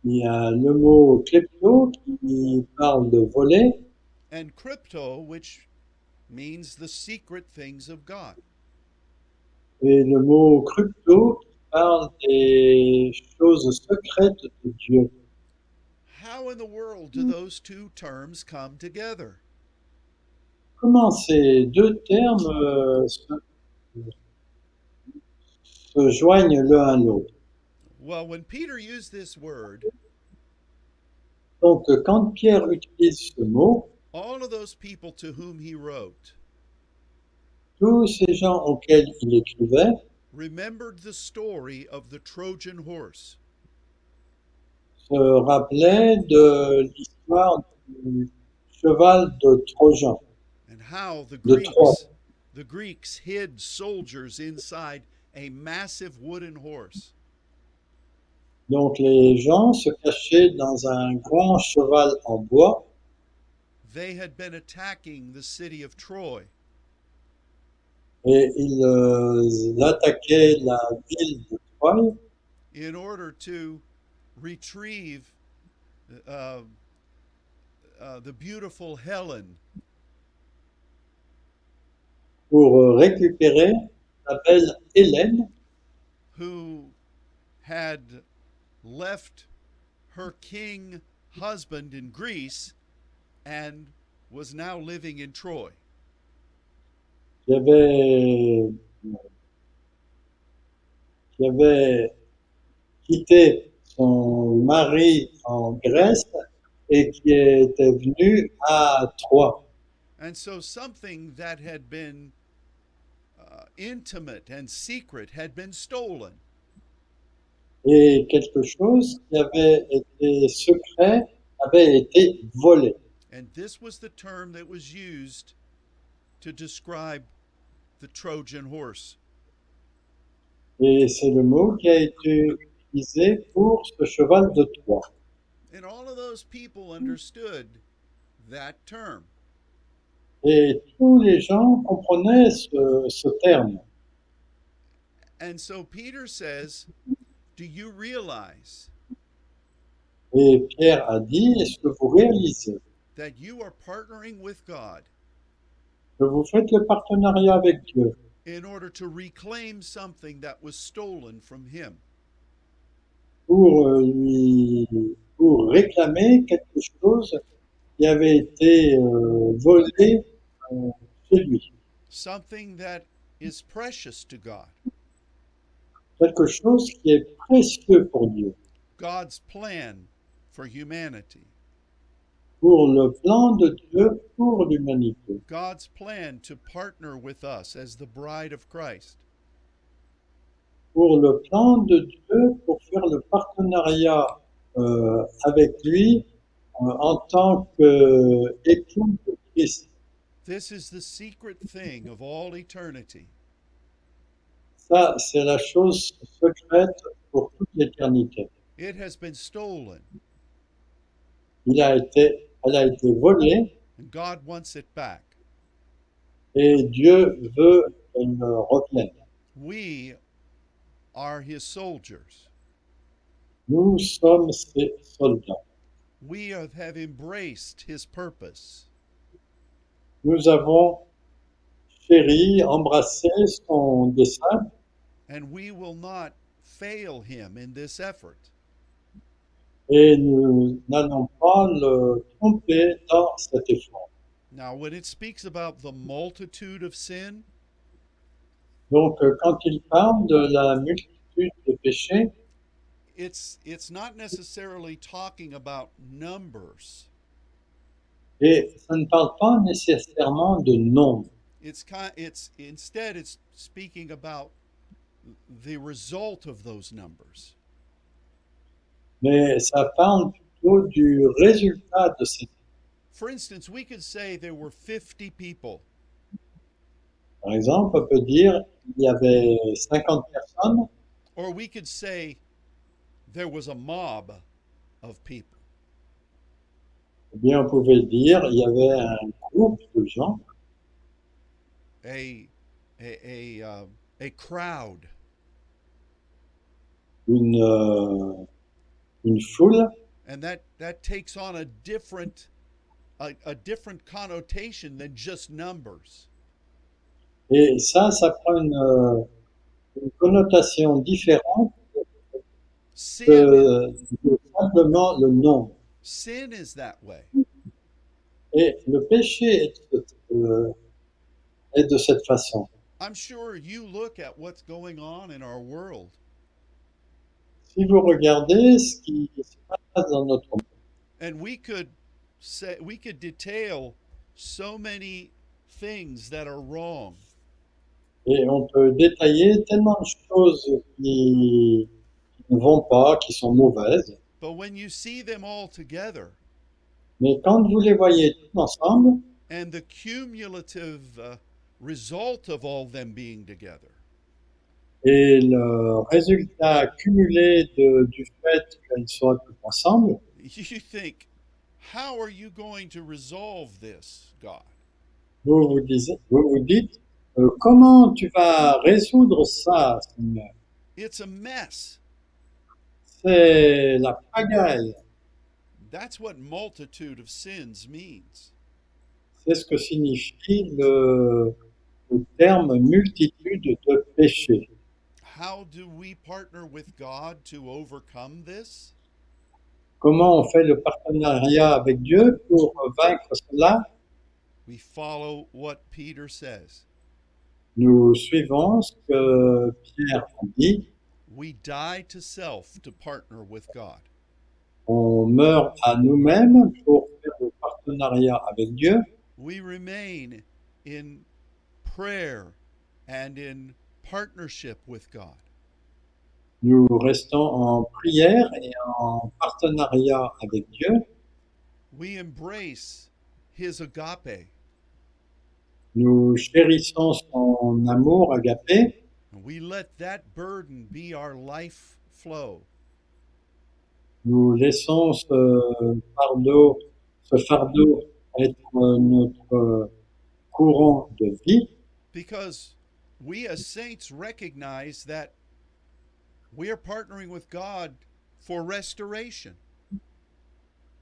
S2: Il y a le mot klepto qui parle de voler
S1: and crypto, which means the secret things of God.
S2: et le mot crypto qui parle des choses secrètes de Dieu.
S1: How in the world do those two terms come together?
S2: Comment ces deux termes euh, se, se joignent l'un à l'autre
S1: Well, when Peter used this word,
S2: Donc euh, quand Pierre utilise ce mot,
S1: all of those people to whom he wrote
S2: tous ces gens auxquels il écrivait
S1: remembered the story of the Trojan horse.
S2: se rappelaient de l'histoire du cheval de Trojan.
S1: and how the
S2: The Troy.
S1: Greeks the Greeks hid soldiers inside a massive wooden horse.
S2: Donc les gens se cachaient dans un grand cheval en bois
S1: They had been attacking the city of Troy,
S2: et ils euh, attaquaient la ville de Troie
S1: in order to retrieve uh, uh, the beautiful Helen,
S2: pour euh, récupérer la belle Hélène
S1: who had left her king husband in Greece and was now living in Troy.
S2: qui avait, qui avait quitté son mari en Grèce et qui était venu à Troie.
S1: And so something that had been uh, intimate and secret had been stolen.
S2: Et quelque chose qui avait été secret avait été volé.
S1: And this was the term that was used to describe the Trojan horse.
S2: Et c'est le mot qui a été utilisé pour ce cheval de Troie.
S1: And all of those people understood that term.
S2: Et tous les gens comprenaient ce, ce terme.
S1: And so Peter says, Do you realize
S2: Et Pierre a dit, est-ce que vous réalisez
S1: that you are partnering with God
S2: que vous faites le partenariat avec Dieu
S1: in order to reclaim something that was stolen from Him?
S2: pour, euh, lui, pour réclamer quelque chose qui avait été euh, volé euh, chez lui,
S1: Something that is precious to God.
S2: quelque chose qui est précieux pour Dieu,
S1: God's plan for humanity,
S2: pour le plan de Dieu pour l'humanité,
S1: God's plan to partner with us as the bride of Christ.
S2: pour le plan de Dieu pour faire le partenariat euh, avec lui euh, en tant qu'époux de Christ.
S1: This is the secret thing of all eternity.
S2: Ça, c'est la chose secrète pour toute l'éternité.
S1: It has been stolen,
S2: Il a été, elle a été volée
S1: and God wants it back.
S2: et Dieu veut qu'elle revienne.
S1: We are his soldiers.
S2: Nous sommes ses soldats.
S1: We have have embraced his purpose.
S2: Nous avons chéri, embrassé son dessein
S1: and we will not fail him in this effort.
S2: et nous n'allons pas le tromper dans cet effort.
S1: Now, when it speaks about the multitude of sin,
S2: Donc, euh, quand il parle de la multitude des péchés,
S1: it's it's not necessarily talking about numbers.
S2: et ça ne parle pas nécessairement de nombre,
S1: It's kind, it's instead it's speaking about the result of those numbers.
S2: mais ça parle plutôt du résultat de ces.
S1: For instance, we could say there were 50 people
S2: Par exemple, on peut dire il y avait 50 personnes,
S1: or we could say there was a mob of people.
S2: ou bien on pouvait dire il y avait un groupe de gens,
S1: a a a, uh, a crowd.
S2: une, euh, une foule,
S1: and that that takes on a different a, a different connotation than just numbers
S2: et ça, ça prend une, euh, une connotation différente
S1: sin
S2: que, que simplement le nombre.
S1: sin is that way
S2: Et le péché est de, euh, est de cette façon.
S1: i'm sure you look at what's going on in our world
S2: Si vous regardez ce qui se passe dans notre monde,
S1: and we could say we could detail so many things that are wrong
S2: et on peut détailler tellement de choses qui, qui ne vont pas, qui sont mauvaises,
S1: but when you see them all together
S2: mais quand vous les voyez toutes ensemble
S1: and the cumulative uh, result of all them being together
S2: et le résultat cumulé de- du fait qu'elles soient toutes ensemble,
S1: you think, how are you going to resolve this, God?
S2: vous vous, disiez- vous, vous dites euh, comment tu vas résoudre ça, Seigneur
S1: It's a mess.
S2: C'est la pagaille.
S1: That's what multitude of sins means.
S2: C'est ce que signifie le, le terme multitude de péchés.
S1: How do we partner with God to overcome this?
S2: Comment on fait le partenariat avec Dieu pour vaincre cela
S1: We follow what Peter says.
S2: Nous suivons ce que Pierre a dit.
S1: We die to self to partner with God.
S2: On meurt à nous-mêmes pour faire le partenariat avec Dieu.
S1: We remain in prayer and in partnership with God.
S2: Nous restons en prière et en partenariat avec Dieu.
S1: We embrace his agape.
S2: Nous chérissons son amour agapé
S1: And we let that burden be our life flow.
S2: Nous laissons ce fardeau, ce fardeau être euh, notre courant de vie
S1: Because we as saints recognize that we are partnering with God for restoration.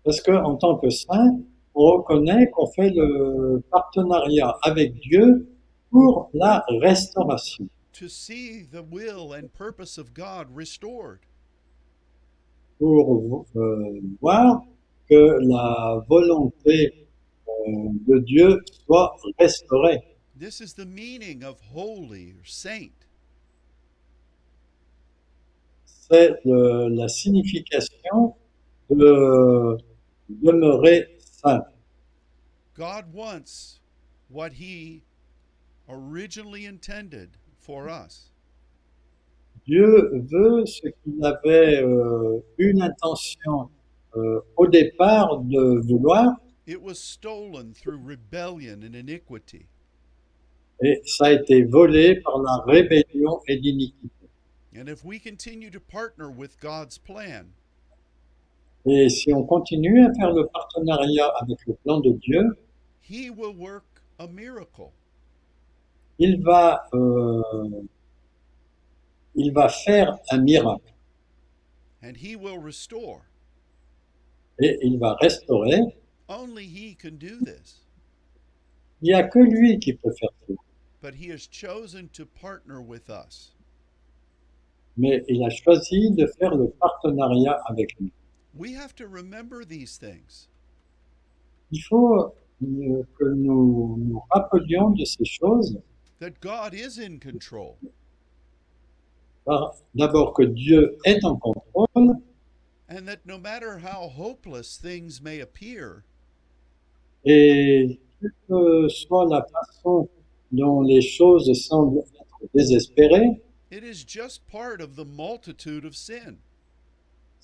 S2: parce que en tant que saint, on reconnaît qu'on fait le partenariat avec Dieu pour la restauration,
S1: To see the will and purpose of God restored,
S2: pour euh, voir que la volonté euh, de Dieu soit restaurée.
S1: this is the meaning of holy or saint.
S2: C'est le- la signification de demeurer saint.
S1: God wants what He originally intended for us.
S2: Dieu veut ce qu'il avait euh, une intention euh, au départ de vouloir,
S1: It was stolen through rebellion and iniquity.
S2: et ça a été volé par la rébellion et l'iniquité.
S1: And if we continue to partner with God's plan,
S2: Et si on continue à faire le partenariat avec le plan de Dieu,
S1: He will work a miracle.
S2: il va, euh, il va faire un miracle
S1: and he will restore.
S2: et il va restaurer.
S1: Only he can do this.
S2: Il n'y a que lui qui peut faire ça.
S1: But he has chosen to partner with us.
S2: Mais il a choisi de faire le partenariat avec nous.
S1: We have to remember these things.
S2: Il faut euh, que nous nous rappelions de ces choses.
S1: That God is in control.
S2: Par- D'abord que Dieu est en contrôle
S1: And that no matter how hopeless things may appear,
S2: et quelle que soit la façon dont les choses semblent être désespérées,
S1: it is just part of the multitude of sin.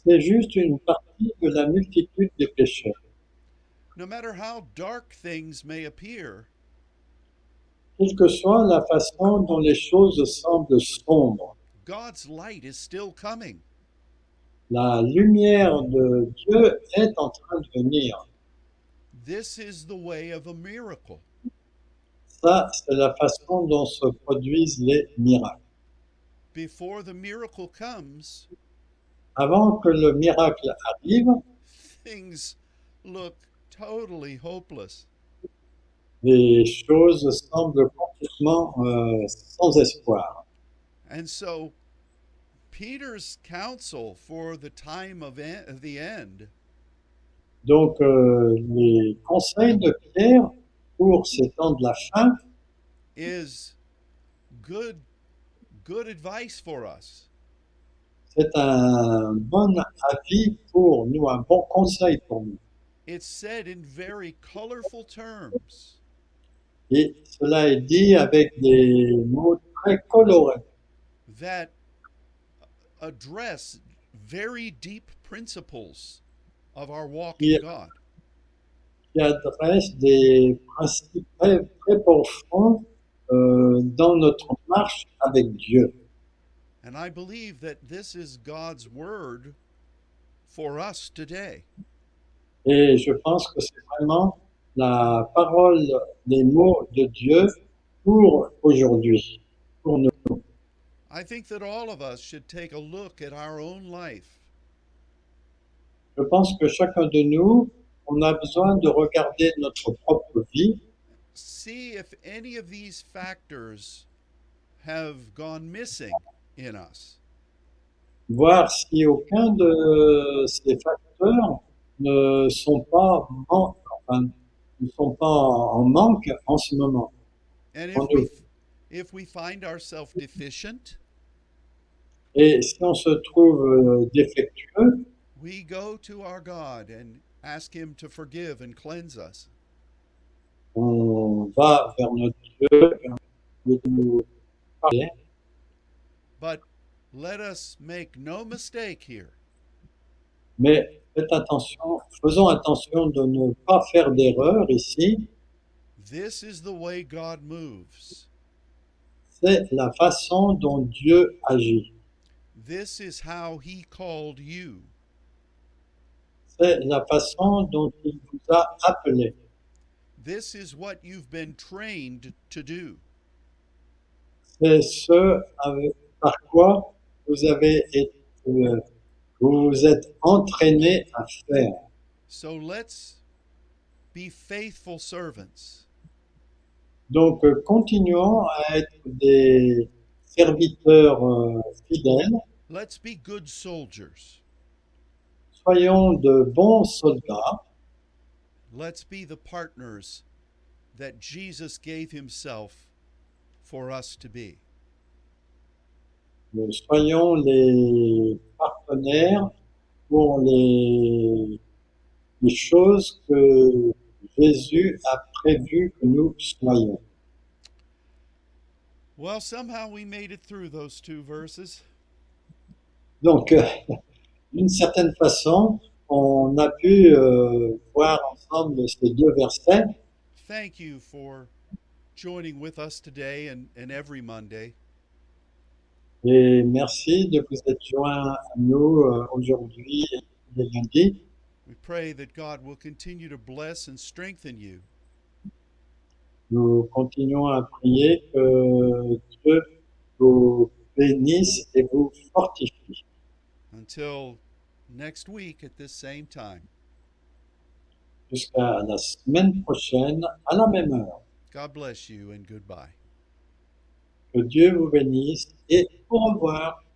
S2: c'est juste une partie de la multitude des pécheurs.
S1: No matter how dark things may appear,
S2: Quelle que soit la façon dont les choses semblent sombres,
S1: God's light is still coming.
S2: la lumière de Dieu est en train de venir.
S1: This is the way of a miracle.
S2: Ça, c'est la façon dont se produisent les miracles.
S1: Before the miracle comes,
S2: Avant que le miracle arrive,
S1: things look totally hopeless.
S2: les choses semblent complètement euh, sans espoir.
S1: And so Peter's counsel for the time of, en- of the end
S2: Donc, euh, les conseils de Pierre pour ces temps de la fin,
S1: is good good advice for us.
S2: c'est un bon avis pour nous, un bon conseil pour nous.
S1: It's said in very colorful terms.
S2: Et cela est dit avec des mots très colorés
S1: that address very deep principles of our walk
S2: Yeah.
S1: in God.
S2: qui adressent des principes très, très profonds euh, dans notre marche avec Dieu.
S1: And I believe that this is God's word for us today.
S2: Et je pense que c'est vraiment la parole, les mots de Dieu pour aujourd'hui, pour nous.
S1: I think that all of us should take a look at our own life
S2: Je pense que chacun de nous, on a besoin de regarder notre propre vie,
S1: see if any of these factors have gone missing in us.
S2: voir si aucun de ces facteurs ne sont pas, man- enfin, ne sont pas en manque en ce moment.
S1: And if
S2: Wonder-
S1: we if we find ourselves deficient,
S2: Et si on se trouve euh, défectueux,
S1: we go to our God and ask him to forgive and cleanse us.
S2: on va vers notre Dieu, vers Dieu qui nous parle.
S1: But let us make no mistake here.
S2: Mais faites attention, faisons attention de ne pas faire d'erreur ici.
S1: This is the way God moves.
S2: C'est la façon dont Dieu agit.
S1: This is how He called you.
S2: C'est la façon dont il vous a appelé.
S1: This is what you've been trained to do.
S2: C'est ce avec- par quoi vous avez été, euh, vous vous êtes entraîné à faire.
S1: So let's be faithful servants.
S2: Donc, euh, continuons à être des serviteurs euh, fidèles.
S1: Let's be good soldiers.
S2: Soyons de bons soldats.
S1: Let's be the partners that Jesus gave Himself for us to be.
S2: Euh, Soyons les partenaires pour les, les choses que Jésus a prévues que nous soyons.
S1: Well, somehow we made it through those two verses.
S2: Donc, euh, d'une certaine façon, on a pu euh, voir ensemble ces deux versets.
S1: Thank you for joining with us today and, and every Monday.
S2: Et merci de vous être joints à nous euh, aujourd'hui et tous les lundis.
S1: We pray that God will continue to bless and strengthen you.
S2: Nous continuons à prier que Dieu vous bénisse et vous fortifie
S1: until next week at this same time.
S2: jusqu'à la semaine prochaine à la même heure.
S1: God bless you and goodbye.
S2: Que Dieu vous bénisse et au revoir.